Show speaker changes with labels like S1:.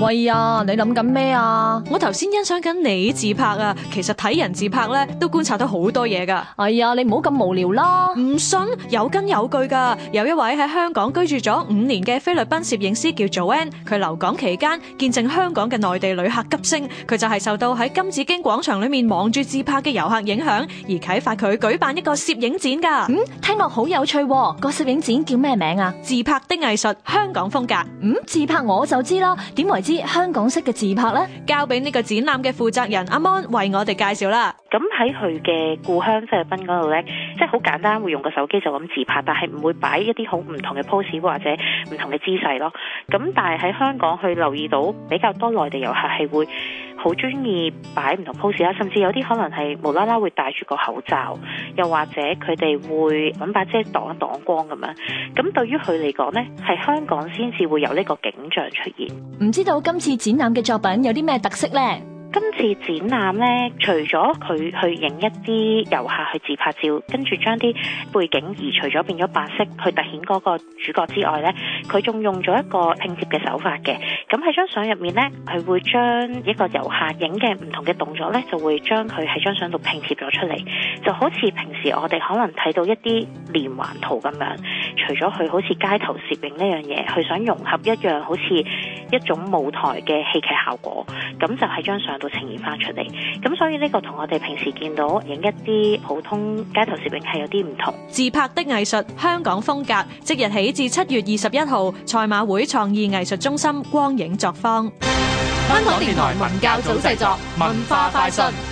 S1: 喂呀，你諗緊咩啊？
S2: 我頭先欣賞緊你自拍啊，其實睇人自拍咧都觀察到好多嘢噶。
S1: 哎呀，你唔好咁無聊啦。
S2: 唔信有根有據㗎，有一位喺香港居住咗五年嘅菲律賓攝影師叫 Joanne，佢留港期間見證香港嘅內地旅客急升，佢就係受到喺金紫荊廣場裏面忙住自拍嘅遊客影響，而啟發佢舉辦一個攝影展㗎。
S1: 嗯，聽落好有趣喎、個攝影展叫咩名啊？
S2: 自拍的藝術，香港風格，
S1: 嗯，自拍我就知啦。點為之香港式嘅自拍呢？
S2: 交俾呢個展覽嘅負責人阿 Mon 為我哋介紹啦。
S3: 咁喺佢嘅故鄉菲律賓嗰度呢，即係好簡單會用個手機就咁自拍，但係唔會擺一啲好唔同嘅 pose 或者唔同嘅姿勢咯。咁但係喺香港，去留意到比較多內地遊客係會好中意擺唔同 pose 啦，甚至有啲可能係無啦啦會戴住個口罩，又或者佢哋會揾把遮擋一擋光咁樣。咁對於佢嚟講呢，係香港先至會有呢個景象出現。
S1: 唔知道今次展覽嘅作品有啲咩特色呢？
S3: 今次展覽呢，除咗佢去影一啲遊客去自拍照，跟住將啲背景移除咗變咗白色去凸顯嗰個主角之外呢，佢仲用咗一個拼接嘅手法嘅。咁喺張相入面呢，佢會將一個遊客影嘅唔同嘅動作呢，就會將佢喺張相度拼貼咗出嚟，就好似平時我哋可能睇到一啲連環圖咁樣。除咗佢好似街頭攝影呢樣嘢，佢想融合一樣好似一種舞台嘅戲劇效果。咁就喺張相度呈現翻出嚟，咁所以呢個同我哋平時見到影一啲普通街頭攝影係有啲唔同。
S2: 自拍的藝術，香港風格，即日起至七月二十一號，賽馬會創意藝術中心光影作坊。
S4: 香港電台文教組製作，文化快訊。